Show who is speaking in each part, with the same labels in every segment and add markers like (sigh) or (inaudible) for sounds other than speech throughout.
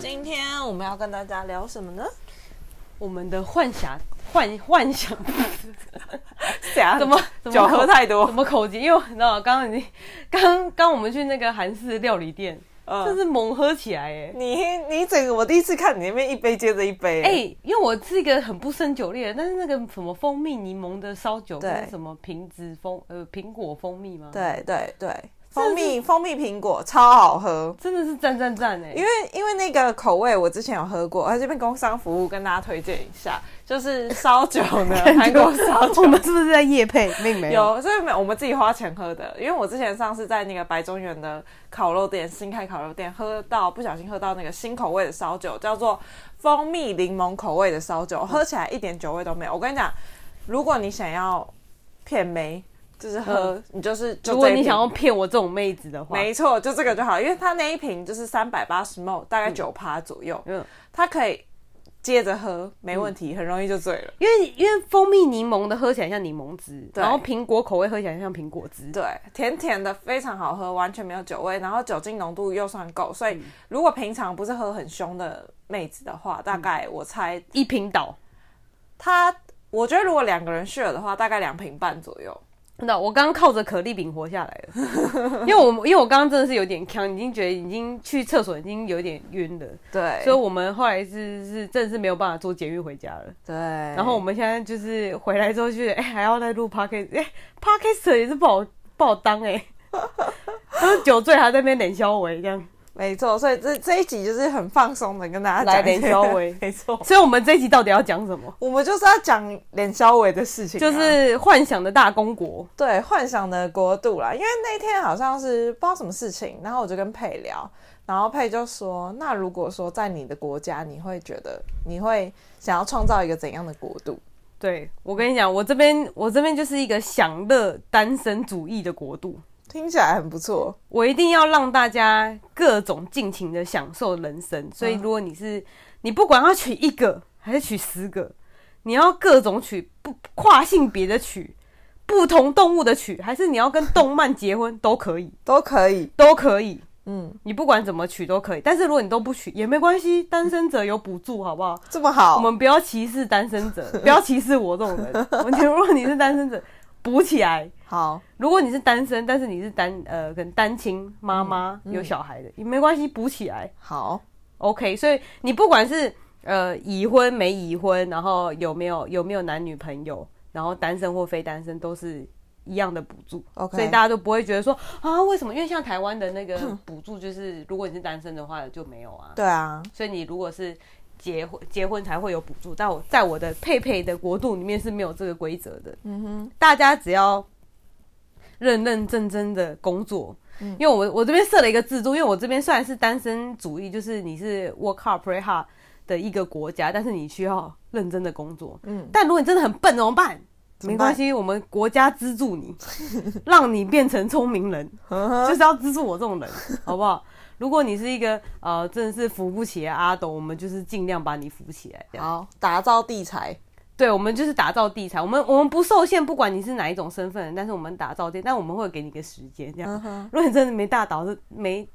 Speaker 1: 今天我们要跟大家聊什么呢？
Speaker 2: 我们的幻想幻幻想
Speaker 1: 怎
Speaker 2: 怎么怎么
Speaker 1: 酒喝太多
Speaker 2: 怎么口诀？因为我你知道，刚刚已经刚刚我们去那个韩式料理店，
Speaker 1: 嗯
Speaker 2: 真是猛喝起来哎。
Speaker 1: 你你整个我第一次看你那边一杯接着一杯、
Speaker 2: 哎、因为我是一个很不胜酒力的，但是那个什么蜂蜜柠檬的烧酒
Speaker 1: 对
Speaker 2: 跟什么瓶子蜂呃苹果蜂蜜吗？，
Speaker 1: 对对对，蜂蜜蜂蜜苹果超好喝。
Speaker 2: 真的是赞赞赞哎
Speaker 1: 因！为因为那个口味我之前有喝过，它这边工商服务跟大家推荐一下，就是烧酒呢，
Speaker 2: (laughs)
Speaker 1: 韩国烧酒
Speaker 2: (laughs) 我们是不是在夜配？并没有。
Speaker 1: 有，这是我们自己花钱喝的。因为我之前上次在那个白中原的烤肉店，新开烤肉店，喝到不小心喝到那个新口味的烧酒，叫做蜂蜜柠檬口味的烧酒，喝起来一点酒味都没有。我跟你讲，如果你想要骗妹，就是喝，你就是就
Speaker 2: 如果
Speaker 1: 这一
Speaker 2: 你
Speaker 1: 瓶
Speaker 2: 想要骗我这种妹子的话，
Speaker 1: 没错，就这个就好，因为它那一瓶就是三百八十 ml，大概九趴左右，
Speaker 2: 嗯，
Speaker 1: 它可以接着喝，没问题，很容易就醉了。
Speaker 2: 因为因为蜂蜜柠檬的喝起来像柠檬汁，
Speaker 1: 对
Speaker 2: 然后苹果口味喝起来像苹果汁，
Speaker 1: 对，甜甜的，非常好喝，完全没有酒味，然后酒精浓度又算够，所
Speaker 2: 嗯
Speaker 1: 以如果平常不是喝很凶的妹子的话，大概我猜
Speaker 2: 一瓶倒。
Speaker 1: 她，我觉得如果两个人 share 的话，大概两瓶半左右。
Speaker 2: 那我刚刚靠着可丽饼活下来了，
Speaker 1: (laughs)
Speaker 2: 因为我因为我刚刚真的是有点呛，已经觉得已经去厕所已经有点晕了，
Speaker 1: 对，
Speaker 2: 所以我们后来是是真的是没有办法坐捷运回家了。
Speaker 1: 对，
Speaker 2: 然
Speaker 1: 然
Speaker 2: 后我们现在就是回来之后就觉得，哎、还要再录 podcast，哎、p o d c a s t 也是不好不好当
Speaker 1: (laughs)
Speaker 2: 哎、他说酒醉还在那边脸消维这样，
Speaker 1: 没错，所以这这一集就是很放松的跟大家
Speaker 2: (laughs)
Speaker 1: 讲
Speaker 2: 来
Speaker 1: 一
Speaker 2: 连
Speaker 1: 些
Speaker 2: 稍微
Speaker 1: (laughs) 没错，
Speaker 2: 所以我们这一集到底要讲什么？
Speaker 1: 我们就是要讲脸消委的事情啊、
Speaker 2: 就是幻想的大公国，
Speaker 1: 对幻想的国度啦，因为那天好像是不知道什么事情，然后我就跟佩聊，然后佩就说：“那如果说在你的国家，你会觉得你会想要创造一个怎样的国度
Speaker 2: 对我跟你讲，我这边我这边就是一个享乐单身主义的国度，？”
Speaker 1: 听起来很不错，
Speaker 2: 我一定要让大家各种尽情的享受人生。所以，如果你是你不管要娶一个还是娶十个，你要各种娶，不跨性别的娶，不同动物的娶，还是你要跟动漫结婚都可以，
Speaker 1: 都可以。
Speaker 2: (laughs) 都可以。
Speaker 1: 嗯，
Speaker 2: 你不管怎么娶都可以，但是如果你都不娶也没关系，单身者有补助，好不好？
Speaker 1: 这么
Speaker 2: 我
Speaker 1: 好，
Speaker 2: 们不要歧视单身者，不要歧视我这种 (laughs) 人。我觉得如果你是单身者，补起来。
Speaker 1: 好，
Speaker 2: 如果你是单身，但是你是单呃，可能单亲妈妈、有小孩的，也没关系，补起来
Speaker 1: 好，
Speaker 2: OK。所以你不管是呃已婚没已婚，然后有没有有没有男女朋友，然后单身或非单身，都是一样的补助。
Speaker 1: OK
Speaker 2: 所以大家都不会觉得说啊，为什么？因为像台湾的那个补助，就是如果你是单身的话就没有啊。
Speaker 1: 对啊，
Speaker 2: 所以你如果是结婚结婚才会有补助，但我在我的佩佩的国度里面是没有这个规则的。
Speaker 1: 嗯哼，
Speaker 2: 大家只要认认真真的工作。
Speaker 1: 嗯
Speaker 2: 因为我我这边设了一个制度，因为我这边虽然是单身主义，就是你是 work hard play hard 的一个国家，但是你需要认真的工作。
Speaker 1: 嗯
Speaker 2: 但如果你真的很笨怎么办？
Speaker 1: 么
Speaker 2: 没
Speaker 1: 办
Speaker 2: 关系，我们国家资
Speaker 1: (laughs)
Speaker 2: 助你，让你变成聪明人。
Speaker 1: 呵呵
Speaker 2: 就是要资助我这种人，好不好？如果你是一个呃，真的是扶不起的阿斗，我们就是尽量把你扶起来。这样，
Speaker 1: 好，打造地才，
Speaker 2: 对，我们就是打造地产，我们我们不受限，不管你是哪一种身份但是我们打造地，但我们会给你个时间。这样，
Speaker 1: 嗯哼，
Speaker 2: 如果你真的没大导，是没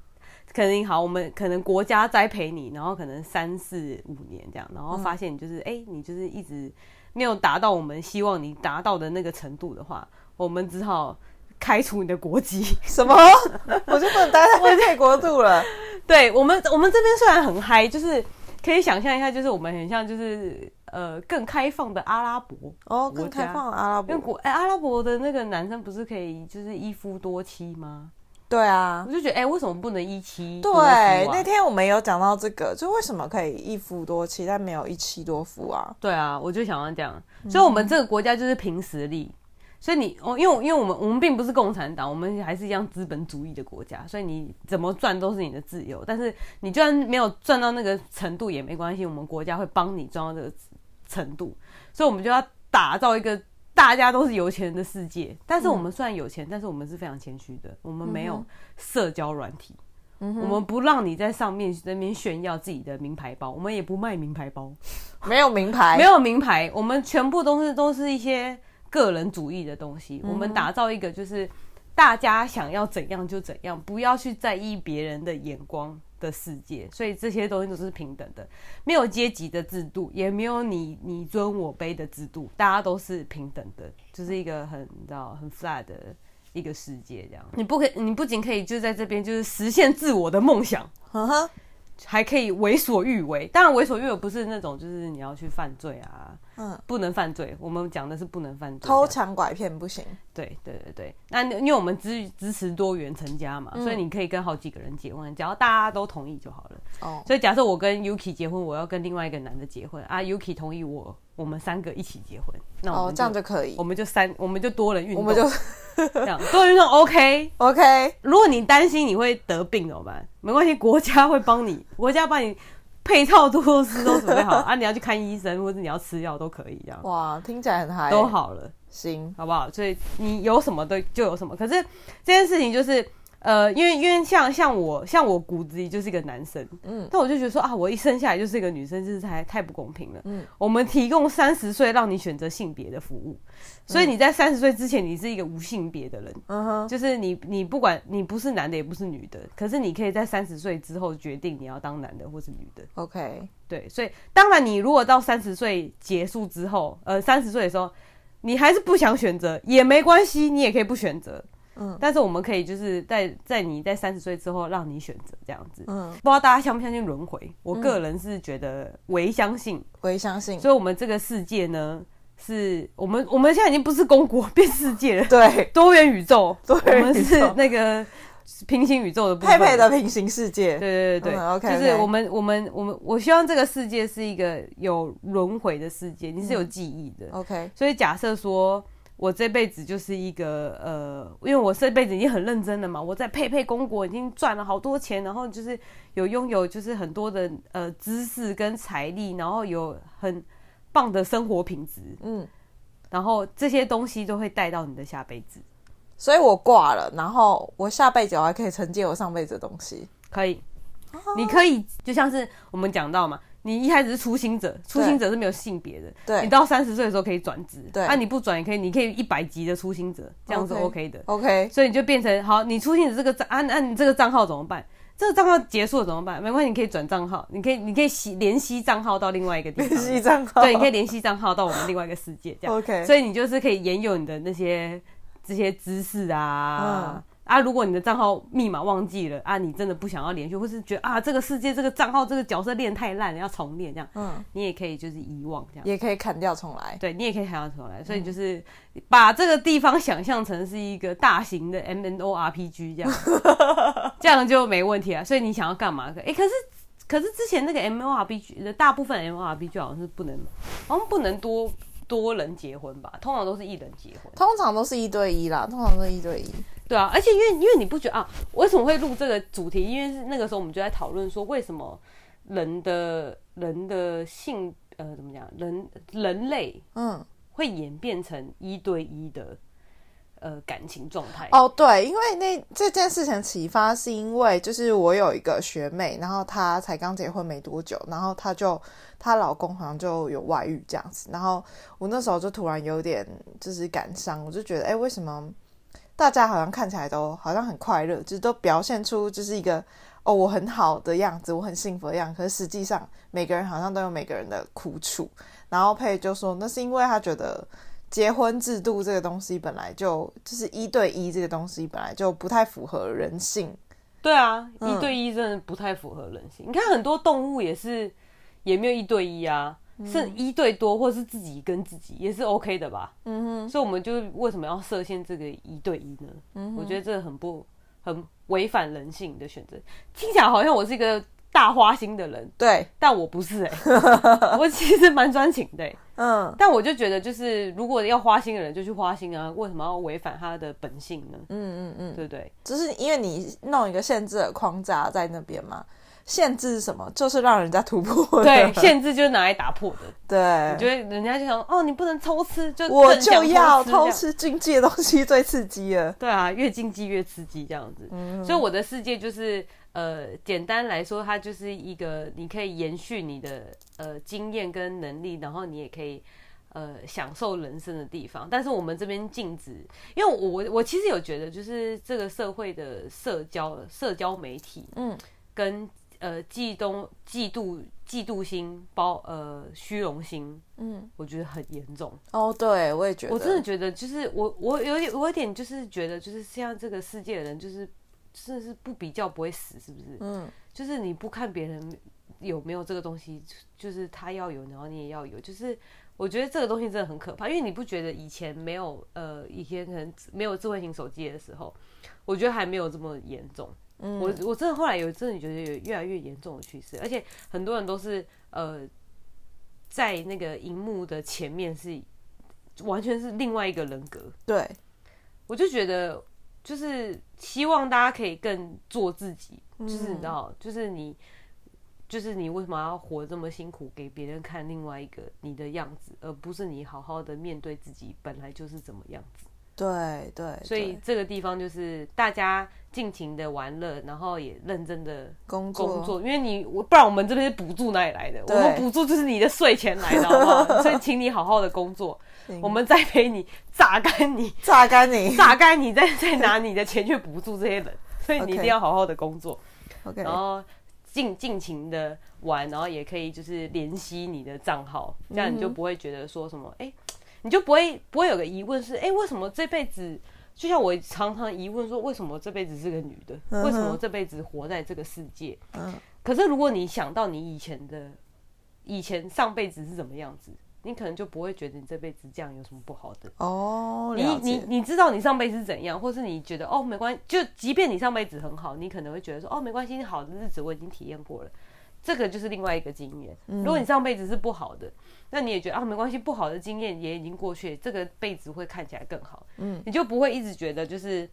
Speaker 2: 可能好，我们可能国家栽培你，然后可能三四五年这样，然后发现你就是哎、你就是一直没有达到我们希望你达到的那个程度的话，我们只好开除你的国籍。 (laughs)
Speaker 1: 什么？ (laughs) 我就不能待在外配国度了。
Speaker 2: 对我们，我们这边虽然很嗨，就是可以想象一下，就是我们很像就是呃更开放的阿拉伯，
Speaker 1: 哦，
Speaker 2: 国
Speaker 1: 更开
Speaker 2: 家
Speaker 1: 放了阿拉伯
Speaker 2: 因为，国哎、阿拉伯的那个男生不是可以就是一夫多妻吗？
Speaker 1: 对啊
Speaker 2: 我，就觉得哎、为什么不能一妻
Speaker 1: 对
Speaker 2: 多夫啊？，
Speaker 1: 那天我们有讲到这个，就为什么可以一夫多妻，但没有一妻多夫啊？
Speaker 2: 对啊，我就想要这样，所以我们这个国家就是凭实力。所以你哦，因为我因为我们我们并不是共产党，我们还是一样资本主义的国家，所以你怎么赚都是你的自由。但是你就算没有赚到那个程度也没关系，我们国家会帮你赚到这个程度。所以我们就要打造一个大家都是有钱人的世界。但是我们虽然有钱，但是我们是非常谦虚的，我们没有社交软体，我们不让你在上面在那边炫耀自己的名牌包，我们也不卖名牌包。
Speaker 1: 没有名牌，
Speaker 2: 没有名牌，我们全部都是都是一些个人主义的东西。我们打造一个就是大家想要怎样就怎样，不要去在意别人的眼光的世界。所以这些东西都是平等的，没有阶级的制度，也没有你你尊我卑的制度，大家都是平等的，就是一个很你知道很 flat 的。一个世界这样，你不可，你不仅可以就在这边就是实现自我的梦想，
Speaker 1: 呵呵，
Speaker 2: 还可以为所欲为。当然，为所欲为不是那种就是你要去犯罪啊，
Speaker 1: 嗯，
Speaker 2: 不能犯罪。我们讲的是不能犯罪。啊
Speaker 1: 偷抢拐骗不行，
Speaker 2: 对对对对。那因为我们支支持多元成家
Speaker 1: 嗯
Speaker 2: 嘛，所以你可以跟好几个人结婚，只要大家都同意就好了。
Speaker 1: 哦，
Speaker 2: 所以假设我跟 Yuki 结婚，我要跟另外一个男的结婚啊，Yuki 同意我，我们三个一起结婚，那我
Speaker 1: 哦，
Speaker 2: 们
Speaker 1: 这样就可以
Speaker 2: 我，们就三，我们就多人运
Speaker 1: 我
Speaker 2: 动，
Speaker 1: 们就
Speaker 2: 这样多人运动 OK。
Speaker 1: (laughs) OK，
Speaker 2: 如果你担心你会得病怎么办？没关系，国家会帮你， (laughs) 国家帮你配套措施都准
Speaker 1: (laughs)
Speaker 2: 备好啊！你要去看医生，或者你要吃药都可以，这样
Speaker 1: 哇，哎听起来很嗨，
Speaker 2: 都，好了，
Speaker 1: 行，
Speaker 2: 好不好？所以你有什么都就有什么。可是这件事情就是，呃，因为因为像像我像我骨子里就是一个男生，
Speaker 1: 嗯
Speaker 2: 但我就觉得说啊，我一生下来就是一个女生，就是太太不公平了。
Speaker 1: 嗯
Speaker 2: 我们提供三十岁让你选择性别的服务，所以你在三十岁之前，你是一个无性别的人。
Speaker 1: 嗯哼，
Speaker 2: 就是你，你不管你不是男的也不是女的，可是你可以在三十岁之后决定你要当男的或是女的。
Speaker 1: OK，
Speaker 2: 对，所以当然你如果到三十岁结束之后，呃，三十岁的时候，你还是不想选择也没关系，你也可以不选择。
Speaker 1: 嗯
Speaker 2: 但是我们可以就是在在你在三十岁之后让你选择这样子。
Speaker 1: 嗯，
Speaker 2: 不知道大家相不相信轮回？我个人是觉得唯相信，
Speaker 1: 我也相信，
Speaker 2: 所以我们这个世界呢，是我们我们现在已经不是公国变世界了， (laughs)
Speaker 1: 对，
Speaker 2: 多元宇宙，
Speaker 1: 多元宇宙
Speaker 2: 我们是那个平行宇宙的部分。
Speaker 1: 佩佩的平行世界，
Speaker 2: 对，对对对、
Speaker 1: 嗯，OK，OK
Speaker 2: 就是我们我们我们，我希望这个世界是一个有轮回的世界，你是有记忆的。
Speaker 1: ，OK，
Speaker 2: 所以假设说我这辈子就是一个呃，因为我这辈子已经很认真了嘛，我在佩佩公国已经赚了好多钱，然后就是有拥有就是很多的呃知识跟财力，然后有很棒的生活品质，
Speaker 1: 嗯，
Speaker 2: 然后这些东西都会带到你的下辈子。
Speaker 1: 所以我挂了，然后我下辈子我还可以承接我上辈子的东西，
Speaker 2: 可以，你可以就像是我们讲到嘛，你一开始是初心者，初心者是没有性别的，
Speaker 1: 对
Speaker 2: 你到三十岁的时候可以转职，
Speaker 1: 对
Speaker 2: 啊，你不转也可以，你可以一百级的初心者，这样是
Speaker 1: 哦 OK
Speaker 2: OK 的
Speaker 1: ，OK，
Speaker 2: 所以你就变成好，你初心者这个账，按、啊、按、你这个账号怎么办？这个账号结束了怎么办？没关系，你可以转账号，你可以你可以吸联系账号到另外一个地
Speaker 1: (laughs)
Speaker 2: 方，
Speaker 1: 是这样好，
Speaker 2: 对，你可以联系账号到我们另外一个世界，这样
Speaker 1: OK
Speaker 2: 所以你就是可以沿有你的那些这些知识啊。
Speaker 1: 嗯
Speaker 2: 啊，如果你的账号密码忘记了啊，你真的不想要连续，或是觉得啊这个世界这个账号这个角色练太烂了，要重练这样，
Speaker 1: 嗯，
Speaker 2: 你也可以就是遗忘这样，
Speaker 1: 也可以砍掉重来，
Speaker 2: 对你也可以海洋重来。所以就是把这个地方想象成是一个大型的 M N O R P G 这样，这样就没问题啊。所以你想要干嘛？哎、可是可是之前那个 M O R P G 的大部分 M O R P G 好像是不能，好像不能多多人结婚吧，通常都是一人结婚。
Speaker 1: 通常都是一对一啦，通常都是一对一，
Speaker 2: 对啊，而且因为因为你不觉得啊，我为什么会录这个主题？因为是那个时候我们就在讨论说，为什么人的人的性呃怎么讲，人人类
Speaker 1: 嗯。
Speaker 2: 会演变成一对一的呃感情状态。
Speaker 1: 哦，对，因为那这件事情的启发是因为，就是我有一个学妹，然后她才刚结婚没多久，然后她就她老公好像就有外遇这样子，然后我那时候就突然有点就是感伤，我就觉得，哎，为什么大家好像看起来都好像很快乐，就是都表现出就是一个哦我很好的样子，我很幸福的样子，可是实际上每个人好像都有每个人的苦楚。然后佩就说，那是因为她觉得。结婚制度这个东西本来就就是一对一这个东西本来就不太符合人性，
Speaker 2: 对啊，
Speaker 1: 嗯
Speaker 2: 一对一真的不太符合人性。你看很多动物也是也没有一对一啊，
Speaker 1: 嗯
Speaker 2: 是一对多，或是自己跟自己也是 OK 的吧。
Speaker 1: 嗯
Speaker 2: 所以我们就为什么要设限这个一对一呢？我觉得这很不很违反人性的选择。听起来好像我是一个大花心的人，
Speaker 1: 对，
Speaker 2: 但我不是哎、
Speaker 1: (laughs)
Speaker 2: 我其实蛮专情的、欸。
Speaker 1: 嗯
Speaker 2: 但我就觉得，就是如果要花心的人就去花心啊，为什么要违反他的本性呢？
Speaker 1: 嗯嗯嗯，
Speaker 2: 对不对？
Speaker 1: 就是因为你弄一个限制的框架在那边嘛，限制是什么？就是让人家突破的，
Speaker 2: 对，限制就是拿来打破的。
Speaker 1: (laughs)
Speaker 2: 我觉
Speaker 1: 对，
Speaker 2: 得人家就想，哦，你不能偷吃，就
Speaker 1: 我
Speaker 2: 正想
Speaker 1: 就要偷
Speaker 2: 这样。
Speaker 1: 吃禁忌的东西最刺激了，
Speaker 2: 对啊，越禁忌越刺激这样子。所以我的世界就是，呃，简单来说，它就是一个你可以延续你的呃经验跟能力，然后你也可以呃享受人生的地方。但是我们这边禁止，因为我我我其实有觉得，就是这个社会的社交社交媒体，
Speaker 1: 嗯，
Speaker 2: 跟呃嫉妒嫉妒嫉妒心包呃虚荣心，
Speaker 1: 嗯，
Speaker 2: 我觉得很严重。
Speaker 1: 哦，对，我也觉得，
Speaker 2: 我真的觉得，就是我我有点我有点就是觉得，就是像这个世界的人，就是真的是不比较不会死，是不是？
Speaker 1: 嗯，
Speaker 2: 就是你不看别人有没有这个东西，就是他要有，然后你也要有，就是。我觉得这个东西真的很可怕，因为你不觉得以前没有呃，以前可能没有智慧型手机的时候，我觉得还没有这么严重。
Speaker 1: 嗯
Speaker 2: 我我真的后来有真的觉得有越来越严重的趋势，而且很多人都是呃，在那个荧幕的前面是完全是另外一个人格。
Speaker 1: 对，
Speaker 2: 我就觉得就是希望大家可以更做自己，就是你
Speaker 1: 嗯
Speaker 2: 知道，就是你。就是你为什么要活这么辛苦，给别人看另外一个你的样子，而不是你好好的面对自己本来就是怎么样子。
Speaker 1: 对对，
Speaker 2: 所
Speaker 1: 呃
Speaker 2: 以
Speaker 1: 对
Speaker 2: 这个地方就是大家尽情的玩乐，然后也认真的
Speaker 1: 工作
Speaker 2: 工作，因为你我不然我们这边是补助哪里来的？我
Speaker 1: 对
Speaker 2: 们补助就是你的税钱来的，好不好？所 (laughs) 以请你好好的工作，哦
Speaker 1: 行
Speaker 2: 我们栽培你，榨干你，
Speaker 1: 榨干 (laughs)
Speaker 2: (laughs)
Speaker 1: 你
Speaker 2: 榨干你，再再拿你的钱去补助这些人，所以你
Speaker 1: OK
Speaker 2: 一定要好好的工作，
Speaker 1: ，OK，
Speaker 2: 然后尽尽情的玩，然后也可以就是联系你的账号，这样
Speaker 1: 嗯
Speaker 2: 你就不会觉得说什么，哎、你就不会不会有个疑问是，哎、为什么这辈子？就像我常常疑问说，为什么我这辈子是个女的？
Speaker 1: 嗯哼
Speaker 2: 为什么我这辈子活在这个世界？
Speaker 1: 嗯
Speaker 2: 可是如果你想到你以前的，以前上辈子是怎么样子，你可能就不会觉得你这辈子这样有什么不好的。
Speaker 1: 哦，
Speaker 2: 你
Speaker 1: 了
Speaker 2: 你
Speaker 1: 解，
Speaker 2: 你知道你上辈子是怎样，或是你觉得哦没关系，就即便你上辈子很好，你可能会觉得说哦没关系，好的日子我已经体验过了，这个就是另外一个经验。如果你上辈子是不好的，那你也觉得啊没关系，不好的经验也已经过去，这个辈子会看起来更好，
Speaker 1: 嗯，
Speaker 2: 你就不会一直觉得就是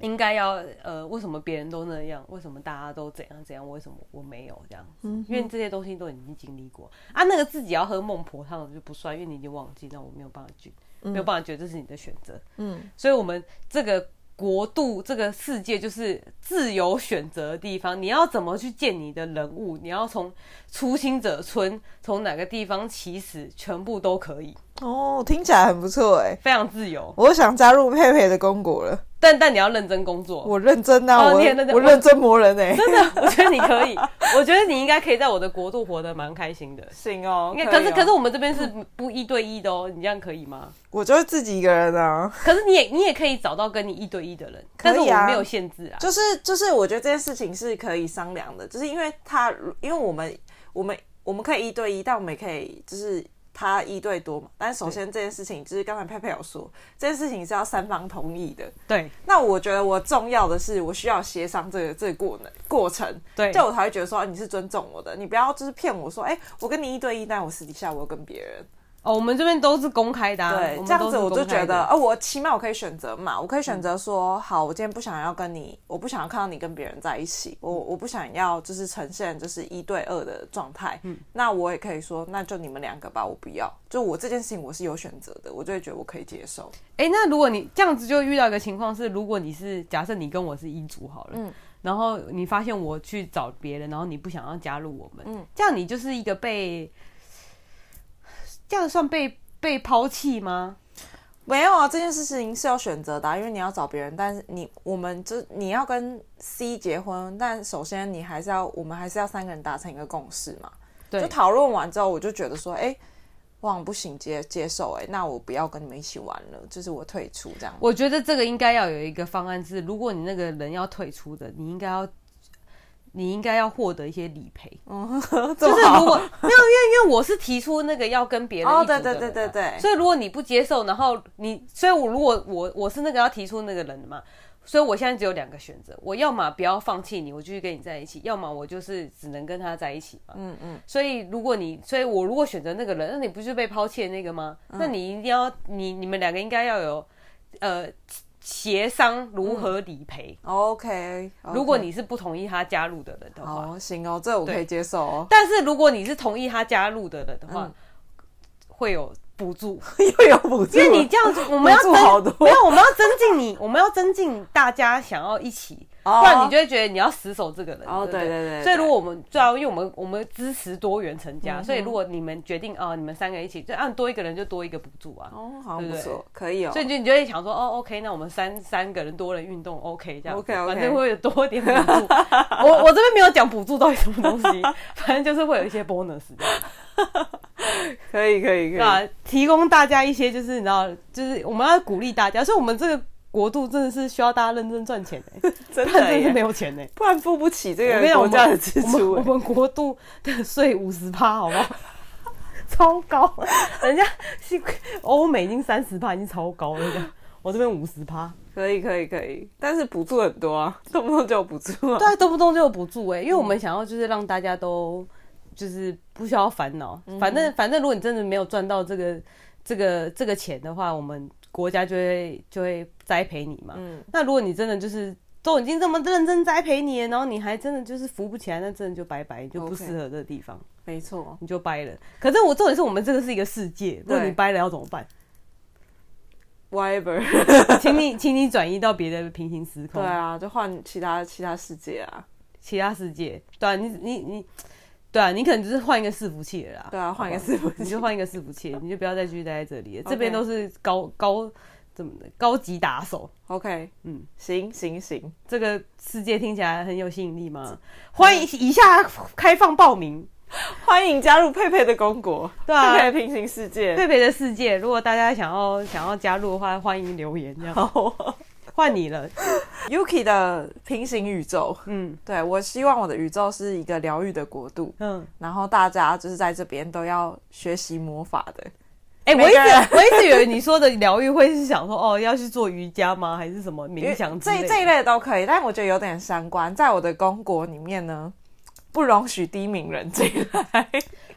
Speaker 2: 应该要呃为什么别人都那样，为什么大家都怎样怎样，为什么我没有这样子？因为这些东西都已经经历过啊。那个自己要喝孟婆汤的就不算，因为你已经忘记，那我没有办法去。没有办法觉得这是你的选择，
Speaker 1: 嗯，
Speaker 2: 所以我们这个国度、这个世界就是自由选择的地方。你要怎么去见你的人物？你要从初心者村，从哪个地方起始，全部都可以，
Speaker 1: 哦，听起来很不错哎，
Speaker 2: 非常自由。
Speaker 1: 我想加入佩佩的公国了，
Speaker 2: 但但你要认真工作，
Speaker 1: 我认真啊，
Speaker 2: 哦
Speaker 1: 我
Speaker 2: 你也认真
Speaker 1: 我认真磨人哎，
Speaker 2: 真的，我觉得你可以，我觉得你应该可以在我的国度活得蛮开心的。
Speaker 1: 行哦 (laughs)
Speaker 2: 应该，可是可是
Speaker 1: 我
Speaker 2: 我们这边是不一对一的哦，你这样可
Speaker 1: (laughs)
Speaker 2: 以吗？
Speaker 1: 我就是自己一个人啊，
Speaker 2: 可是你也你也可以找到跟你一对一的人，但是我
Speaker 1: 可以啊
Speaker 2: 们没有限制啊。
Speaker 1: 就是就是，我觉得这件事情是可以商量的，就是因为他，因为我们我们我们可以一对一，但我们也可以就是他一对多嘛。但是首先这件事情，就是刚才佩佩有说，这件事情是要三方同意的。
Speaker 2: 对
Speaker 1: 那我觉得我重要的是，我需要协商这个这个过程过程，
Speaker 2: 对，
Speaker 1: 这样我才会觉得说、啊你是尊重我的，你不要就是骗我说，哎、我跟你一对一，但我私底下我有跟别人。
Speaker 2: 哦，我们这边都是公开的、啊，
Speaker 1: 对
Speaker 2: 我，们
Speaker 1: 这样
Speaker 2: 都
Speaker 1: 子
Speaker 2: 是
Speaker 1: 我就
Speaker 2: 公开
Speaker 1: 觉
Speaker 2: 的
Speaker 1: 得，呃，我起码我可以选择嘛，我可以选择说，好，我今天不想要跟
Speaker 2: 嗯
Speaker 1: 你，我不想要看到你跟别人在一起，我我不想要就是呈现就是一对二的状态，
Speaker 2: 嗯
Speaker 1: 那我也可以说，那就你们两个吧，我不要，就我这件事情我是有选择的，我就会觉得我可以接受，
Speaker 2: 哎、那如果你这样子就遇到一个情况是，如果你是假设你跟我是一组好了，
Speaker 1: 嗯
Speaker 2: 然后你发现我去找别人，然后你不想要加入我们，
Speaker 1: 嗯
Speaker 2: 这样你就是一个被，这样算被被抛弃吗？
Speaker 1: 没有啊，这件事情是要选择的啊、因为你要找别人，但是你我们就你要跟 C 结婚，但首先你还是要，我们还是要三个人达成一个共识嘛。
Speaker 2: 对
Speaker 1: 就讨论完之后，我就觉得说，哎、我好像不行接接受、哎，那我不要跟你们一起玩了，就是我退出这样。哦
Speaker 2: 我觉得这个应该要有一个方案是，如果你那个人要退出的，你应该要。你应该要获得一些理赔。
Speaker 1: 哦 (laughs) 就
Speaker 2: 就是如果没有，因为因为我是提出那个要跟别人一
Speaker 1: 哦
Speaker 2: 组的
Speaker 1: 对对
Speaker 2: 人啊
Speaker 1: 对对对
Speaker 2: 所以如果你不接受，然后你，所以我如果我我是那个要提出那个人的嘛，所以我现在只有两个选择，我要么不要放弃你，我继续跟你在一起，要么我就是只能跟他在一起嘛。
Speaker 1: 嗯嗯，
Speaker 2: 所以如果你，所以我如果选择那个人，那你不是被抛弃的那个吗？
Speaker 1: 嗯
Speaker 2: 那你一定要你你们两个应该要有呃协商如何理赔。
Speaker 1: OK，,
Speaker 2: 如果你是不同意他加入的人的话，
Speaker 1: 好行嗯哦，这我可以
Speaker 2: 对，
Speaker 1: 接受哦
Speaker 2: 但是如果你是同意他加入的人的
Speaker 1: 嗯
Speaker 2: 话，会有补助，
Speaker 1: 又有补助
Speaker 2: 因
Speaker 1: 了，
Speaker 2: 为你这
Speaker 1: (laughs)
Speaker 2: 样子，我们要
Speaker 1: 补助
Speaker 2: 增
Speaker 1: 好多
Speaker 2: 没有，我们要增进你，我们要增进大家想要一起，
Speaker 1: 哦
Speaker 2: 不然你就会觉得你要死守这个人。
Speaker 1: 哦
Speaker 2: 对不
Speaker 1: 对对对对嗯
Speaker 2: 所以如果我们最后，因为我们我们支持多元成家，所以如果你们决定哦，你们三个一起，就按多一个人就多一个补助啊。
Speaker 1: 哦，好像
Speaker 2: 对
Speaker 1: 不
Speaker 2: 不对
Speaker 1: 错，可以哦
Speaker 2: 所。以你就你就会想说，哦，OK，那我们三三个人多人运动，OK，这样子
Speaker 1: OK，OK
Speaker 2: 反正会有多一点补助。我我这边没有讲补助到底什么东
Speaker 1: (laughs)
Speaker 2: 西，反正就是会有一些 bonus 这样。
Speaker 1: 可以可以可以，
Speaker 2: 对啊，提供大家一些就是你知道，就是我们要鼓励大家，所以我们这个国度真的是需要大家认真赚钱
Speaker 1: (laughs)
Speaker 2: 的、
Speaker 1: 真
Speaker 2: 不然
Speaker 1: 的
Speaker 2: 真的是
Speaker 1: 耶，
Speaker 2: 没有钱呢、
Speaker 1: 不然付不起这
Speaker 2: 我跟
Speaker 1: 个
Speaker 2: 你讲，
Speaker 1: 国
Speaker 2: 我
Speaker 1: 家
Speaker 2: 们
Speaker 1: 的支
Speaker 2: 我们
Speaker 1: 出欸
Speaker 2: 我
Speaker 1: 耶。
Speaker 2: 们国度的税五十趴，好不好？ (laughs) 超高，人家是欧美已经三十趴，已经超高了，这样我这边五十趴，
Speaker 1: 可以可以可以，但是补助很多啊，动不动就有补助啊
Speaker 2: 对。啊，动不动就有补助哎、因为我
Speaker 1: 嗯
Speaker 2: 们想要就是让大家都就是不需要烦恼，
Speaker 1: 嗯
Speaker 2: 反正反正如果你真的没有赚到这个这个这个钱的话，我们国家就会就会栽培你嘛。
Speaker 1: 嗯
Speaker 2: 那如果你真的就是都已经这么认真栽培你了，然后你还真的就是扶不起来，那真的就拜拜，你就不
Speaker 1: OK
Speaker 2: 适合这个地方
Speaker 1: 没错，
Speaker 2: 你就掰了。可是我重点是我们这个是一个世界，如果
Speaker 1: 对
Speaker 2: 你掰了要怎么办？ (laughs)
Speaker 1: whatever，
Speaker 2: 请你请你转移到别的平行时
Speaker 1: 对
Speaker 2: 空。
Speaker 1: 啊，就换其他其他世界啊，
Speaker 2: 其他世界，对啊，你你你，对啊，你可能就是换一个伺服器了啦，
Speaker 1: 对啊，换一个世 (laughs) 界，
Speaker 2: 哦你就换一个伺服器，你就不要再继续待在这里了，
Speaker 1: OK
Speaker 2: 这边都是高高怎么的高级打手，
Speaker 1: OK，
Speaker 2: 嗯，
Speaker 1: 行行行，
Speaker 2: 这个世界听起来很有吸引力吗？欢迎以下开放报名，
Speaker 1: 欢迎加入佩佩的公国，
Speaker 2: 对啊
Speaker 1: 佩佩的平行世界，
Speaker 2: 佩佩的世界，如果大家想要想要加入的话，欢迎留言，这样
Speaker 1: 好
Speaker 2: 换你了，
Speaker 1: Yuki 的平行宇宙，
Speaker 2: 嗯
Speaker 1: 对我希望我的宇宙是一个疗愈的国度，
Speaker 2: 嗯，
Speaker 1: 然后大家就是在这边都要学习魔法的，
Speaker 2: 哎、
Speaker 1: 每
Speaker 2: 我一
Speaker 1: 个人
Speaker 2: 直我一直以为你说的疗愈会是想说哦要去做瑜伽吗，还是什么冥想之类
Speaker 1: 这
Speaker 2: 的
Speaker 1: 这一类都可以，但我觉得有点相关，在我的公国里面呢，不容许低名人进
Speaker 2: (laughs)
Speaker 1: 来，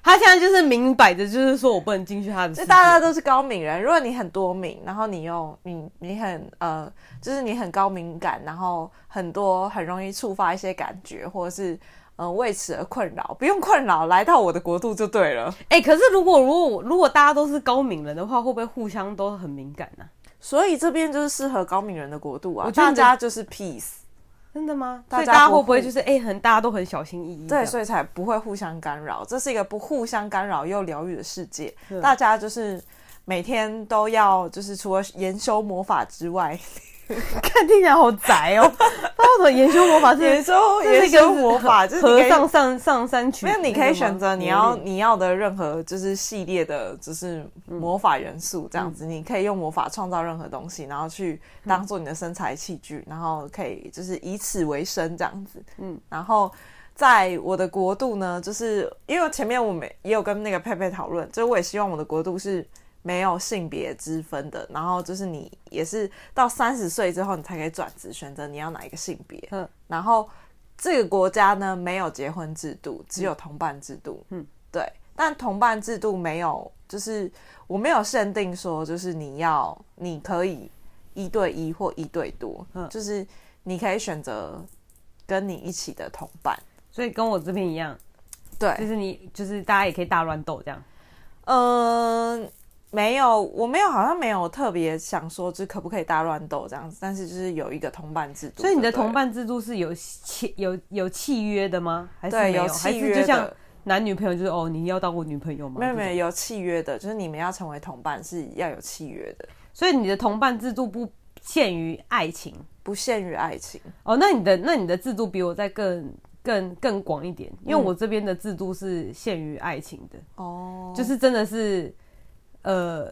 Speaker 2: 他现在就是明摆着，就是说我不能进去他的世
Speaker 1: 就
Speaker 2: 界。
Speaker 1: 大家都是高敏人。如果你很多敏，然后你又你你很呃，就是你很高敏感，然后很多很容易触发一些感觉，或者是呃为此而困扰，不用困扰，来到我的国度就对了。
Speaker 2: 哎、可是如果如果我如果大家都是高敏人的话，会不会互相都很敏感啊呢、
Speaker 1: 所以这边就是适合高敏人的国度啊，
Speaker 2: 我觉得
Speaker 1: 大
Speaker 2: 你的
Speaker 1: 家就是 peace，
Speaker 2: 真的吗？
Speaker 1: 大家
Speaker 2: 所以大家
Speaker 1: 不
Speaker 2: 会不会
Speaker 1: 互
Speaker 2: 就是哎、很大家都很小心翼翼这样？
Speaker 1: 对，所以才不会互相干扰。这是一个不互相干扰又疗愈的世界，
Speaker 2: 对
Speaker 1: 大家就是。每天都要就是除了研修魔法之
Speaker 2: (laughs)
Speaker 1: 外，
Speaker 2: 看听起来好宅 (laughs) 哦、他为什么研究魔法
Speaker 1: 研
Speaker 2: 是
Speaker 1: (laughs) 修
Speaker 2: 这是
Speaker 1: 研
Speaker 2: 一个
Speaker 1: 修魔
Speaker 2: (laughs)
Speaker 1: 法就是你
Speaker 2: 和
Speaker 1: 可以
Speaker 2: 尚上上山去？
Speaker 1: 没有，你可以选择你要
Speaker 2: 你
Speaker 1: 你要的任何就是系列的，就是
Speaker 2: 嗯
Speaker 1: 魔法元素这样子，你可以用魔法创造任何东西，然后去
Speaker 2: 嗯
Speaker 1: 当做你的身材器具，然后可以就是以此为生这样子。嗯
Speaker 2: 嗯，
Speaker 1: 然后在我的国度呢，就是因为前面我们也有跟那个佩佩讨论，就是我也希望我的国度是。没有性别之分的，然后就是你也是到三十岁之后，你才可以转职，选择你要哪一个性别。
Speaker 2: 嗯
Speaker 1: 然后这个国家呢没有结婚制度，只有同伴制度。嗯
Speaker 2: 嗯，
Speaker 1: 对。但同伴制度没有，就是我没有限定说，就是你要你可以一对一或一对多，
Speaker 2: 嗯
Speaker 1: 就是你可以选择跟你一起的同伴。
Speaker 2: 所以跟我这边一样，就
Speaker 1: 对，
Speaker 2: 是你就是大家也可以大乱斗这样。
Speaker 1: 嗯、没有，我没有，好像没有特别想说，就是可不可以大乱斗这样子，但是就是有一个同伴制度。
Speaker 2: 所以你的
Speaker 1: 就对了
Speaker 2: 同伴制度是有契有有契约的吗？还是
Speaker 1: 对
Speaker 2: 没
Speaker 1: 有
Speaker 2: 还
Speaker 1: 契
Speaker 2: 是就
Speaker 1: 约
Speaker 2: 像
Speaker 1: 的，
Speaker 2: 男女朋友就是哦，你要当我女朋友吗？
Speaker 1: 没有
Speaker 2: 这种
Speaker 1: 没有有契约的，就是你们要成为同伴是要有契约的。
Speaker 2: 所以你的同伴制度不限于爱情
Speaker 1: 不限于爱情。
Speaker 2: 哦。那你的那你的制度比我再更更更广一点，因为我这边的制度是限于爱情的，
Speaker 1: 嗯哦，
Speaker 2: 就是真的是呃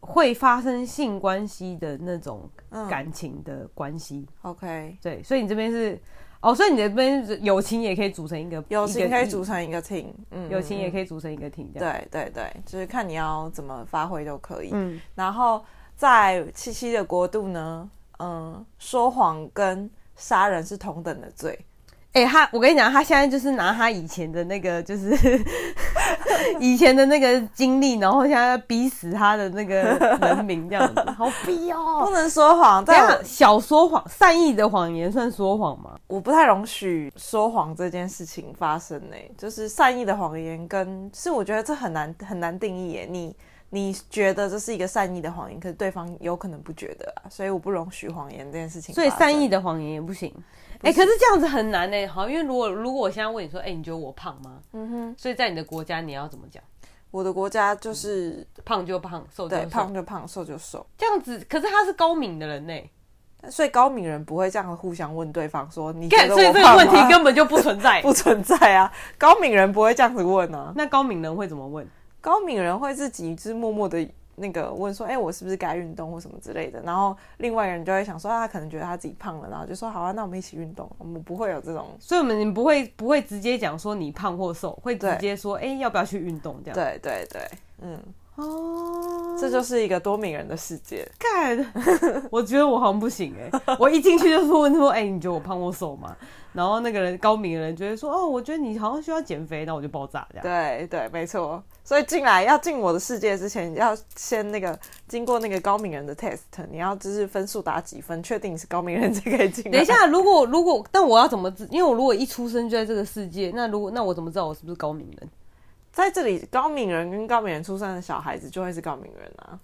Speaker 2: 会发生性关系的那种
Speaker 1: 嗯
Speaker 2: 感情的关系。
Speaker 1: OK，
Speaker 2: 对，所以你这边是哦，所以你的边友情也可以组成一个
Speaker 1: 友情可以组
Speaker 2: 成，
Speaker 1: 成一个 team，嗯，
Speaker 2: 友情也可
Speaker 1: 以，
Speaker 2: 以组成一个厅，这样
Speaker 1: 对对对，就是看你要怎么发挥都可以。
Speaker 2: 嗯，
Speaker 1: 然后在七七的国度呢，嗯，说谎跟杀人是同等的罪，
Speaker 2: 哎、他我跟你讲，他现在就是拿他以前的那个，就是 (laughs) 以前的那个经历，然后现在逼死他的那个人民这样子，好逼
Speaker 1: 不
Speaker 2: 哦！
Speaker 1: 能说谎。
Speaker 2: 这
Speaker 1: 在
Speaker 2: 样
Speaker 1: 我
Speaker 2: 小说谎，善意的谎言算说谎吗？
Speaker 1: 我不太容许说谎这件事情发生呢、就是善意的谎言跟是我觉得这很难很难定义耶、你你觉得这是一个善意的谎言，可是对方有可能不觉得啊，所以我不容许谎言这件事情发
Speaker 2: 所
Speaker 1: 生。
Speaker 2: 以善意的谎言也不行。哎、可是这样子很难呢、好，因为如果如果我现在问你说，哎、你觉得我胖吗？
Speaker 1: 嗯哼，
Speaker 2: 所以在你的国家，你要怎么讲？
Speaker 1: 我的国家就是
Speaker 2: 胖就胖，瘦就
Speaker 1: 对
Speaker 2: 瘦，
Speaker 1: 胖就胖，瘦就瘦。
Speaker 2: 这样子。可是他是高敏的人呢、
Speaker 1: 所以高敏人不会这样互相问对方说你觉
Speaker 2: 干，
Speaker 1: 得
Speaker 2: 所以
Speaker 1: 我
Speaker 2: 这个
Speaker 1: 胖
Speaker 2: 问题
Speaker 1: 吗？
Speaker 2: 根本就不存在。
Speaker 1: (laughs) 不存在啊，高敏人不会这样子问啊。
Speaker 2: 那高敏人会怎么问？
Speaker 1: 高敏人会自己就是默默的那个问说，哎、我是不是该运动或什么之类的。然后另外一个人就会想说，啊他可能觉得他自己胖了，然后就说，好啊，那我们一起运动。我们不会有这种，
Speaker 2: 所以我们不会不会直接讲说你胖或瘦，会直
Speaker 1: 对
Speaker 2: 接说哎、诶要不要去运动这样。
Speaker 1: (laughs) 对对对，嗯，
Speaker 2: 哦，
Speaker 1: 这就是一个多敏人的世界。
Speaker 2: 干， (laughs) 我觉得我好像不行哎、我一进去就是问说哎、诶你觉得我胖或瘦吗？然后那个人高敏的人就会说哦我觉得你好像需要减肥，那我就爆炸这样。
Speaker 1: 对对，没错。所以进来要进我的世界之前，要先那个经过那个高敏人的 test，你要就是分数打几分，确定你是高敏人才可以进来。
Speaker 2: 等一，下，如果如果，但我要怎么知？因为我如果一出生就在这个世界，那如果那我怎么知道我是不是高敏人？
Speaker 1: (laughs) 在这里高敏人跟高敏人出生的小孩子就会是高敏人啊。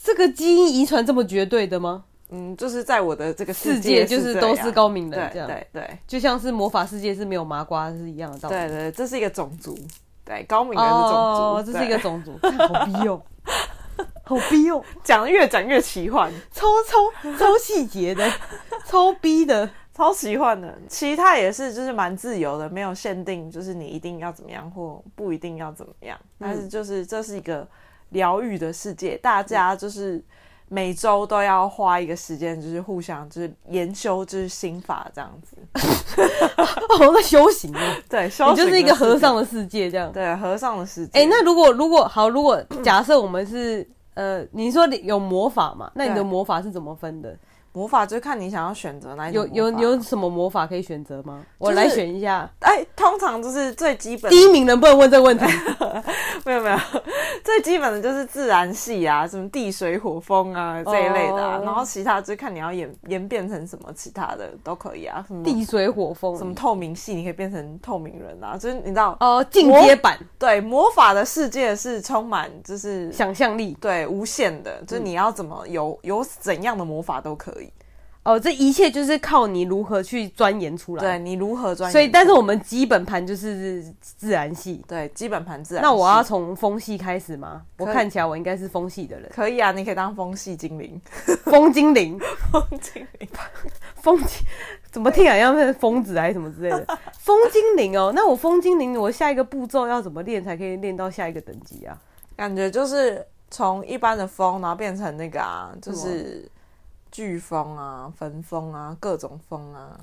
Speaker 2: 这个基因遗传这么绝对的吗？
Speaker 1: 嗯，就是在我的这个
Speaker 2: 世
Speaker 1: 界
Speaker 2: 界就是
Speaker 1: 这
Speaker 2: 都
Speaker 1: 样
Speaker 2: 是高敏
Speaker 1: 对
Speaker 2: 人这样，
Speaker 1: 对对
Speaker 2: 就像是魔法世界是没有麻瓜是一样的道理。
Speaker 1: 对对，这是一个种族，对高敏人的种族，
Speaker 2: 哦，这是一个
Speaker 1: 对
Speaker 2: 种
Speaker 1: (laughs)
Speaker 2: 族，看好逼哦，好逼哦，
Speaker 1: 讲得越讲越奇幻， (laughs)
Speaker 2: 超超超细节的，超逼的。
Speaker 1: 超奇幻的。其他也是，就是蛮自由的，没有限定，就是你一定要怎么样或不一定要怎么样。但是就是这是一个疗愈的世界，大家就是。每周都要花一个时间，就是互相就是研修，就是心法这样子。
Speaker 2: 哦，那修行哦，
Speaker 1: 对，
Speaker 2: 你
Speaker 1: 修
Speaker 2: 就是一
Speaker 1: 行啊的世
Speaker 2: 个和
Speaker 1: 界
Speaker 2: 尚，的世界这样。
Speaker 1: 对和尚的世界。
Speaker 2: 哎、那如果如果好，如果假设我们是呃，你说你有魔法嘛？那你的
Speaker 1: 对
Speaker 2: 魔法是怎么分的？
Speaker 1: 魔法就是看你想要选择哪一种
Speaker 2: 有有
Speaker 1: 魔法
Speaker 2: 有什么魔法可以选择吗？我
Speaker 1: 就是
Speaker 2: 来选一下。
Speaker 1: 哎，通常就是最基本的
Speaker 2: 第一名能不能问这个问题？
Speaker 1: 没有没有， (laughs) 最基本的就是自然系啊，什么地水火风啊这一类的、啊
Speaker 2: 哦
Speaker 1: 然后其他就看你要演演变成什么，其他的都可以啊，什么
Speaker 2: (laughs) 地水火风
Speaker 1: 什么透明系，你可以变成透明人啊，就是你知道，
Speaker 2: 哦，进阶版
Speaker 1: 对魔法的世界是充满就是
Speaker 2: 想嗯象力
Speaker 1: 对无限的，就是你要怎么有有怎样的魔法都可以，
Speaker 2: 哦，这一切就是靠你如何去钻研出来。
Speaker 1: 对你如何专业，
Speaker 2: 所以，但是我们基本盘就是自然系。
Speaker 1: 对基本盘自然系，
Speaker 2: 那我要从风系开始吗？我
Speaker 1: 可以
Speaker 2: 看起来我应该是风系的人，
Speaker 1: 可以啊，你可以当风系精灵，
Speaker 2: 风精灵，
Speaker 1: 风精灵，
Speaker 2: 风精，怎么听起来像是疯子还是什么之类的？风精灵哦，那我风精灵，我下一个步骤要怎么练才可以练到下一个等级啊？
Speaker 1: 感觉就是从一般的风，然后变成那个啊，就是飓风啊、焚风啊、各种风啊，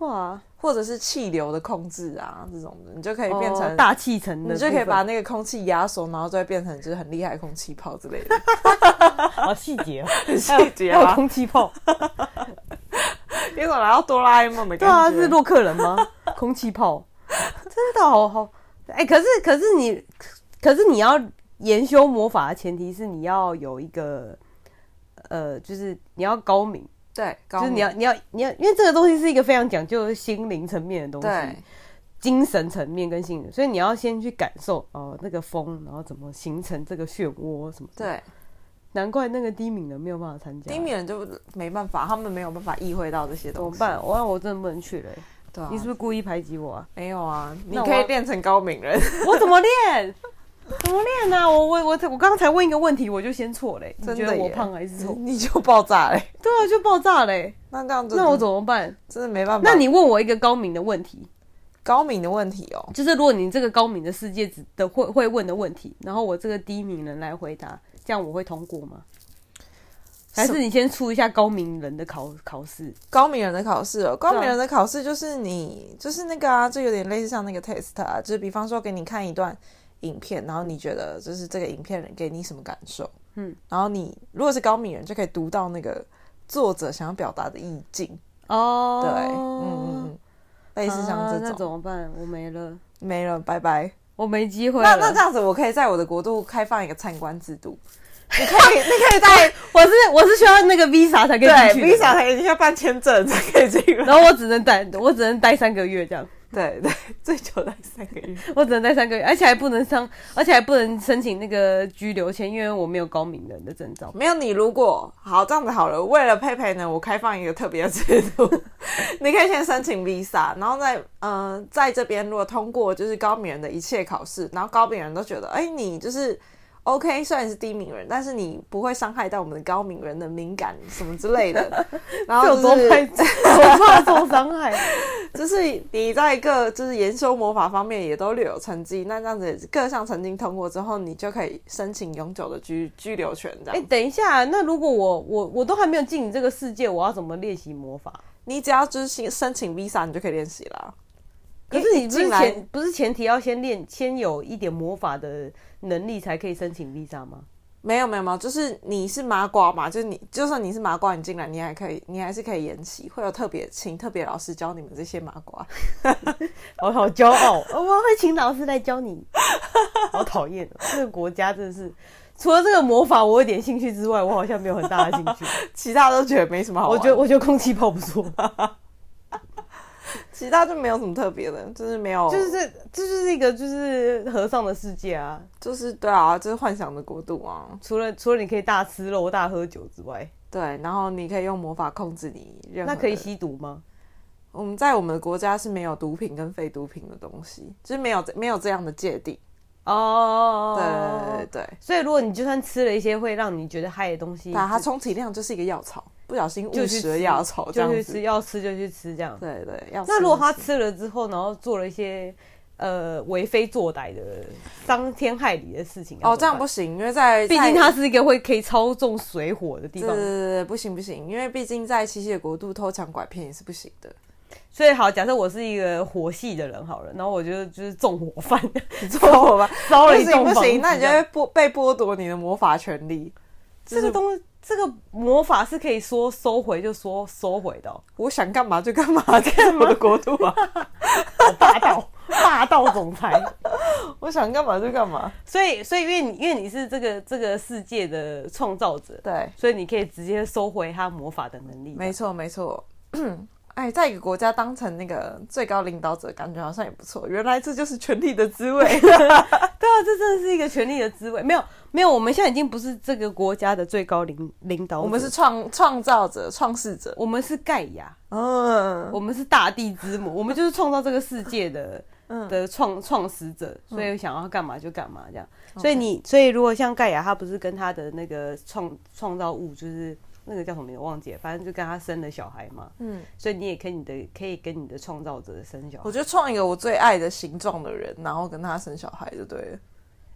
Speaker 2: 哇，
Speaker 1: 或者是气流的控制啊这种的，你就可以
Speaker 2: 哦
Speaker 1: 变成、
Speaker 2: 大气层的部分，
Speaker 1: 你就可以把那个空气压缩，然后再变成就是很厉害的空气炮之类的
Speaker 2: 好细节 (laughs) 哦，
Speaker 1: 很细节
Speaker 2: 还有
Speaker 1: 啊。
Speaker 2: 空气炮，
Speaker 1: 有种来到哆啦 A 梦的
Speaker 2: 对
Speaker 1: 感
Speaker 2: 啊，
Speaker 1: 觉，
Speaker 2: 是洛克人吗？空气
Speaker 1: (laughs)
Speaker 2: 炮，真的
Speaker 1: 哦
Speaker 2: 好好，哎、可是可是你，可是你要研修魔法的前提是你要有一个，呃，就是你要高明，
Speaker 1: 对，高
Speaker 2: 就是
Speaker 1: 敏
Speaker 2: 你要你要你要，因为这个东西是一个非常讲究心灵层面的东西
Speaker 1: 对，
Speaker 2: 精神层面跟心灵，所以你要先去感受哦、那个风，然后怎么形成这个漩涡什么的。
Speaker 1: 对，
Speaker 2: 难怪那个低敏人没有办法参加，
Speaker 1: 低敏人就没办法，他们没有办法意会到这些
Speaker 2: 怎么
Speaker 1: 东西。
Speaker 2: 办？我我真的不能去了、欸
Speaker 1: 对啊
Speaker 2: 你，是不是故意排挤我
Speaker 1: (laughs)
Speaker 2: 啊？
Speaker 1: 没有啊，你
Speaker 2: 那我
Speaker 1: 可以
Speaker 2: 要
Speaker 1: 变成高敏人。
Speaker 2: 我怎么练？怎么练呢、啊？我我我我刚才问一个问题，我就先错嘞、你
Speaker 1: 真
Speaker 2: 觉
Speaker 1: 的
Speaker 2: 得我
Speaker 1: 耶嗯
Speaker 2: 胖还是
Speaker 1: 你
Speaker 2: (laughs) 丑？
Speaker 1: 你就爆炸嘞、
Speaker 2: 对啊，就爆炸嘞、
Speaker 1: (laughs) 那这样子，
Speaker 2: 那我怎么办？
Speaker 1: 真的没办法。
Speaker 2: 那你问我一个高明的问题，
Speaker 1: 高敏的问题哦，
Speaker 2: 就是如果你这个高明的世界只的会会问的问题，然后我这个低明人来回答，这样我会通过吗？还是你先出一下高明人的考考试？
Speaker 1: 高明人的考试
Speaker 2: 啊
Speaker 1: 哦，高明人的考试就是你就是那个啊，就有点类似像那个 test 啊，就是比方说给你看一段影片，然后你觉得就是这个影片给你什么感受，
Speaker 2: 嗯，
Speaker 1: 然后你如果是高明人就可以读到那个作者想要表达的意境，
Speaker 2: 哦，
Speaker 1: 对，嗯嗯嗯，类似像
Speaker 2: 啊
Speaker 1: 这
Speaker 2: 那
Speaker 1: 种、
Speaker 2: 怎么办？我没了，
Speaker 1: 没了，拜拜。
Speaker 2: 我没机会
Speaker 1: 那
Speaker 2: 了。
Speaker 1: 那这样子，我可以在我的国度开放一个参观制度，你可以你可以在
Speaker 2: 我是我是需要那个 visa 才可
Speaker 1: 对
Speaker 2: 以进去的
Speaker 1: visa 才一定要办签证才可以进来，
Speaker 2: 然后我只能待，我只能待三个月这样，
Speaker 1: (laughs) 对对，最久待三个月。
Speaker 2: 我只能待三个月，而且还不能上，而且还不能申请那个居留签，因为我没有高明人的证照。
Speaker 1: 没有你，如果好这样子好了，为了佩佩呢，我开放一个特别制 (laughs) 度，你可以先申请 visa，然后在嗯、呃在这边如果通过就是高敏人的一切考试，然后高敏人都觉得，哎、你就是 OK，虽然你是低敏人，但是你不会伤害到我们的高敏人的敏感什么之类 (laughs) 的，然后
Speaker 2: 这有
Speaker 1: 就
Speaker 2: 多
Speaker 1: 是 (laughs)
Speaker 2: 派，我怕受伤害。
Speaker 1: 就是你在各就是研修魔法方面也都略有成绩，那这样子各项成绩通过之后，你就可以申请永久的居居留权。这样，
Speaker 2: 哎、等一下，那如果我我我都还没有进你这个世界，我要怎么练习魔法？
Speaker 1: 你只要就是申申请 visa，你就可以练习啦。
Speaker 2: 可是你不是
Speaker 1: 进来
Speaker 2: 前不是前提要先练，先有一点魔法的能力才可以申请 visa 吗？
Speaker 1: 没有没有没有，就是你是麻瓜嘛，就是你就算你是麻瓜，你进来你还可以，你还是可以研习，会有特别请特别老师教你们这些麻瓜。 (laughs)
Speaker 2: 我好骄傲，我们会请老师来教你。 (laughs) 好讨厌哦，这个国家真的是，除了这个魔法我有点兴趣之外，我好像没有很大的兴趣。
Speaker 1: 其他都觉得没什 (laughs) 么好
Speaker 2: 我
Speaker 1: 玩，
Speaker 2: 觉得我觉得空气炮不错，
Speaker 1: 其他就没有什么特别的，就是没有，
Speaker 2: 就是这这就是一个就是和尚的世界啊。
Speaker 1: 就是对啊，就是幻想的国度啊。
Speaker 2: 除了除了你可以大吃肉、大喝酒之外，
Speaker 1: 对，然后你可以用魔法控制你任何
Speaker 2: 那可以
Speaker 1: 的
Speaker 2: 吸毒吗？
Speaker 1: 我们在我们的国家是没有毒品跟非毒品的东西，就是没有没有这样的界定。
Speaker 2: 哦
Speaker 1: 对对对对
Speaker 2: 所以如果你就算吃了一些会让你觉得嗨的东西，
Speaker 1: 对，啊它充其量就是一个药草，不小心
Speaker 2: 就
Speaker 1: 误
Speaker 2: 去
Speaker 1: 食
Speaker 2: 吃
Speaker 1: 了药草这
Speaker 2: 就
Speaker 1: 样
Speaker 2: 去
Speaker 1: 子。
Speaker 2: 吃，要吃就去吃这样。
Speaker 1: 对对，要吃
Speaker 2: 那如果
Speaker 1: 就
Speaker 2: 他
Speaker 1: 吃
Speaker 2: 吃了之后，然后做了一些呃为非作歹的伤天害理的事情，
Speaker 1: 哦这样
Speaker 2: 不
Speaker 1: 不，行，因为在
Speaker 2: 毕
Speaker 1: 在
Speaker 2: 竟他是一个会可以操纵水火的地
Speaker 1: 对
Speaker 2: 方
Speaker 1: 对，对对不行不行，因为毕竟在七夕的国度偷抢拐骗也是不行的。
Speaker 2: 所以好，假设我是一个火系的人好了，然后我就就是纵火
Speaker 1: (laughs)
Speaker 2: 犯，
Speaker 1: 你知道我吧？
Speaker 2: 烧
Speaker 1: 不
Speaker 2: 了一
Speaker 1: 行
Speaker 2: 栋
Speaker 1: 不
Speaker 2: 房子
Speaker 1: 行，那你就
Speaker 2: 这
Speaker 1: 会
Speaker 2: 样
Speaker 1: 剥被剥夺你的魔法权利。
Speaker 2: 这个东这个魔法是可以说收回就说收回的、哦，
Speaker 1: 我想干嘛就干嘛，这是我的国度啊！
Speaker 2: 好霸道 (laughs) 霸道总裁。
Speaker 1: 我想干嘛就干嘛。
Speaker 2: 所以所以因为你因为你是这个这个世界的创造者，
Speaker 1: 对，
Speaker 2: 所以你可以直接收回他魔法的能力。
Speaker 1: 没错，没错。 (clears throat) 哎，在一个国家当成那个最高领导者，感觉好像也不错。原来这就是权力的滋味。
Speaker 2: (laughs) 对啊，这真的是一个权力的滋味。没有，没有，我们现在已经不是这个国家的最高领领导者
Speaker 1: 我们是创创造者、创世者。
Speaker 2: 我们是盖亚，
Speaker 1: 嗯，
Speaker 2: 我们是大地之母，我们就是创造这个世
Speaker 1: (laughs)
Speaker 2: 界的
Speaker 1: 嗯
Speaker 2: 的创创始者，所以想要干嘛就干嘛这样。所以你，所以如果像盖亚，他不是跟他的那个创创造物，就是那个叫什么名字忘记了，反正就跟他生了小孩嘛。嗯
Speaker 1: 嗯，
Speaker 2: 所以你也可以你的可以跟你的创造者生小孩
Speaker 1: 我。就创一个我最爱的形状的人，然后跟他生小孩就对了。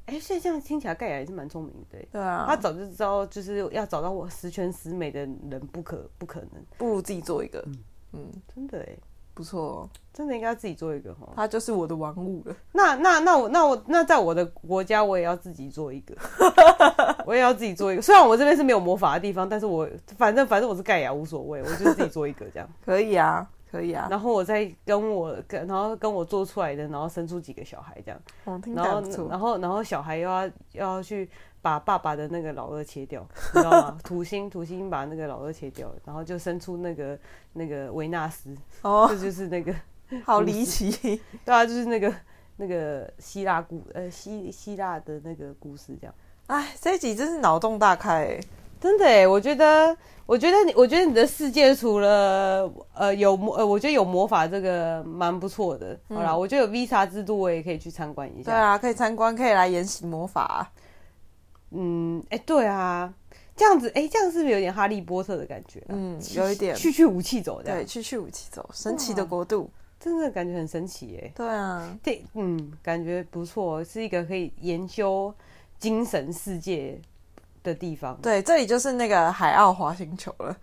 Speaker 2: 哎、所以这样听起来盖亚也是蛮聪明的欸、
Speaker 1: 对
Speaker 2: 他
Speaker 1: 啊，
Speaker 2: 早就知道，就是要找到我十全十美的人不可不可能，
Speaker 1: 不如自己做一个，
Speaker 2: 嗯真的哎，
Speaker 1: 不错、哦。
Speaker 2: 真的应该自己做一个哈。
Speaker 1: 他就是我的玩物了。
Speaker 2: 那那那我那我那在我的国家，我也要自己做一个，我也要自己做一个。虽然我这边是没有魔法的地方，但是我反正反正我是盖亚无所谓，我就自己做一个这样。
Speaker 1: 可以啊，可以啊。
Speaker 2: 然后我再跟我跟然后跟我做出来的，然后生出几个小孩这样。
Speaker 1: 我听起
Speaker 2: 然
Speaker 1: 来
Speaker 2: 后
Speaker 1: 不错。
Speaker 2: 然后然后小孩又要又要去把爸爸的那个老二切掉， (laughs) 你知道吗？土星土星把那个老二切掉，然后就生出那个那个维纳斯，
Speaker 1: 哦，
Speaker 2: 这就是那个 (laughs)
Speaker 1: 好离奇。
Speaker 2: 对啊，就是那个那个希腊故呃希希腊的那个故事这样。
Speaker 1: 哎，这一集真是脑洞大开、欸。
Speaker 2: 真的耶，我觉得，我觉得你，我觉得你的世界除了呃有魔，呃，我觉得有魔法这个蛮不错的。好啦，我觉得有 Visa 制度，我也可以去参观一下
Speaker 1: 对。啊，可以参观，可以来研习魔法、啊。
Speaker 2: 嗯，哎、对啊，这样子，哎、这样是不是有点哈利波特的感觉、啊？
Speaker 1: 嗯，有一点。
Speaker 2: 去去武器走这
Speaker 1: 对，
Speaker 2: 样，
Speaker 1: 去去武器走，神奇的国度。
Speaker 2: 真的感觉很神奇耶。
Speaker 1: 对啊，
Speaker 2: 对，嗯，感觉不错，是一个可以研究精神世界的地方。
Speaker 1: 对，这里就是那个海澳滑行球了。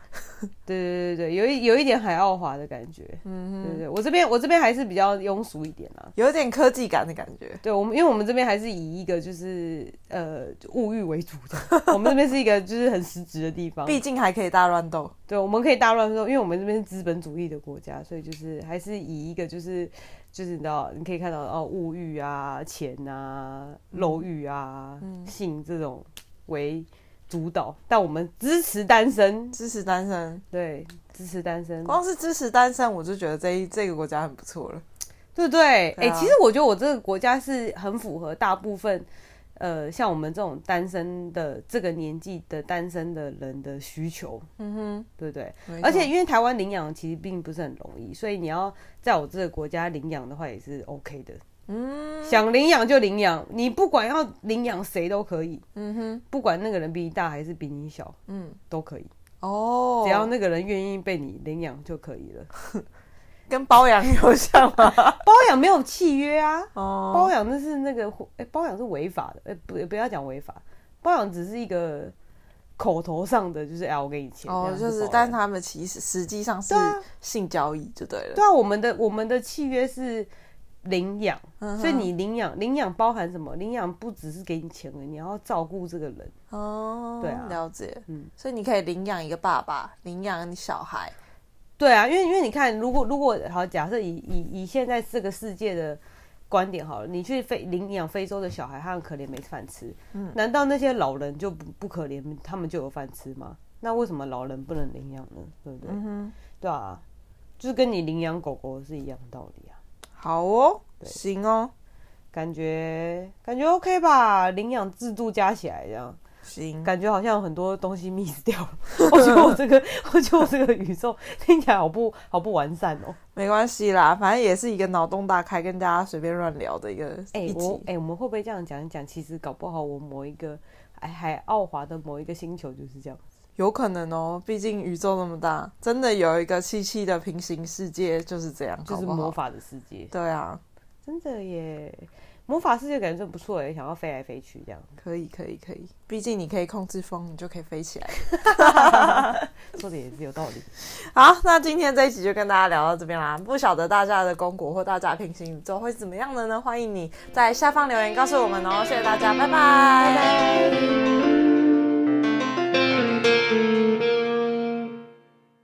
Speaker 2: 对对对对，有一有一点海奥华的感觉。嗯，对对，我这边我这边还是比较庸俗一点啦。
Speaker 1: 有点科技感的感觉。
Speaker 2: 对我们，因为我们这边还是以一个就是呃物欲为主的，
Speaker 1: (laughs)
Speaker 2: 我们这边是一个就是很实质的地方。
Speaker 1: 毕竟还可以大乱斗，
Speaker 2: 对，我们可以大乱斗，因为我们这边是资本主义的国家，所以就是还是以一个就是就是你知道，你可以看到哦，物欲啊、钱啊、
Speaker 1: 嗯
Speaker 2: 肉欲啊、性这种为主导，但我们支持单身，
Speaker 1: 支持单身。
Speaker 2: 对，支持单身，
Speaker 1: 光是支持单身，我就觉得这一这个国家很不错了。
Speaker 2: 对不对？哎、
Speaker 1: 对啊
Speaker 2: 其实我觉得我这个国家是很符合大部分。呃，像我们这种单身的这个年纪的单身的人的需求，
Speaker 1: 嗯
Speaker 2: 对不对？
Speaker 1: 哼，
Speaker 2: 而且因为台湾领养其实并不是很容易，所以你要在我这个国家领养的话也是 OK 的。嗯，想领养就领养，你不管要领养谁都可以，
Speaker 1: 嗯哼，
Speaker 2: 不管那个人比你大还是比你小
Speaker 1: 嗯，
Speaker 2: 都可以，
Speaker 1: 哦，
Speaker 2: 只要那个人愿意被你领养就可以了。
Speaker 1: 跟包养有像吗？
Speaker 2: (laughs) 包养没有契约啊，
Speaker 1: 哦，
Speaker 2: 包养那是那个哎、包养是违法的，哎、不不要讲违法，包养只是一个口头上的，就是哎、我给你钱，这
Speaker 1: 哦，
Speaker 2: 样
Speaker 1: 就
Speaker 2: 包
Speaker 1: 是，
Speaker 2: 养
Speaker 1: 但他们其实实际上是
Speaker 2: 对啊
Speaker 1: 性交易就对了。
Speaker 2: 对啊，我们的我们的契约是领养，
Speaker 1: 嗯哼
Speaker 2: 所以你领养领养包含什么？领养不只是给你钱而已，你要照顾这个人。
Speaker 1: 哦，
Speaker 2: 对啊
Speaker 1: 了解。
Speaker 2: 嗯
Speaker 1: 所以你可以领养一个爸爸，领养你小孩。
Speaker 2: 对啊，因为因为你看，如果如果好，假设以以以现在这个世界的观点好了，你去非领养非洲的小孩，他很可怜没饭吃，
Speaker 1: 嗯
Speaker 2: 难道那些老人就不不可怜，他们就有饭吃吗？那为什么老人不能领养呢？对不对？
Speaker 1: 嗯哼，
Speaker 2: 对啊，就是跟你领养狗狗是一样的道理啊。
Speaker 1: 好哦，行哦，
Speaker 2: 感觉感觉 OK 吧，领养制度加起来这样，
Speaker 1: 行。
Speaker 2: 感觉好像有很多东西 miss 掉 (laughs) 了。我觉得我这个，我觉得我这个宇宙 (laughs) 听起来好不好不完善哦。
Speaker 1: 没关系啦，反正也是一个脑洞大开，跟大家随便乱聊的一个、
Speaker 2: 哎、
Speaker 1: 一
Speaker 2: 我
Speaker 1: 集。
Speaker 2: 哎、我们会不会这样讲一讲？其实搞不好我某一个海海奥华的某一个星球就是这样。
Speaker 1: 有可能哦，毕竟宇宙那么大，真的有一个七七的平行世界就是这样，
Speaker 2: 就是
Speaker 1: 搞不好
Speaker 2: 魔。法的世界，
Speaker 1: 对啊，
Speaker 2: 真的耶！魔法世界感觉真不错耶，想要飞来飞去这样，
Speaker 1: 可以可以可以，毕竟你可以控制风，你就可以飞
Speaker 2: (laughs)
Speaker 1: 起来。
Speaker 2: 说的也是有道理。
Speaker 1: 好，那今天这一集就跟大家聊到这边啦。不晓得大家的公国或大家平行宇宙会是怎么样的呢？欢迎你在下方留言告诉我们哦。谢谢大家，拜拜。拜拜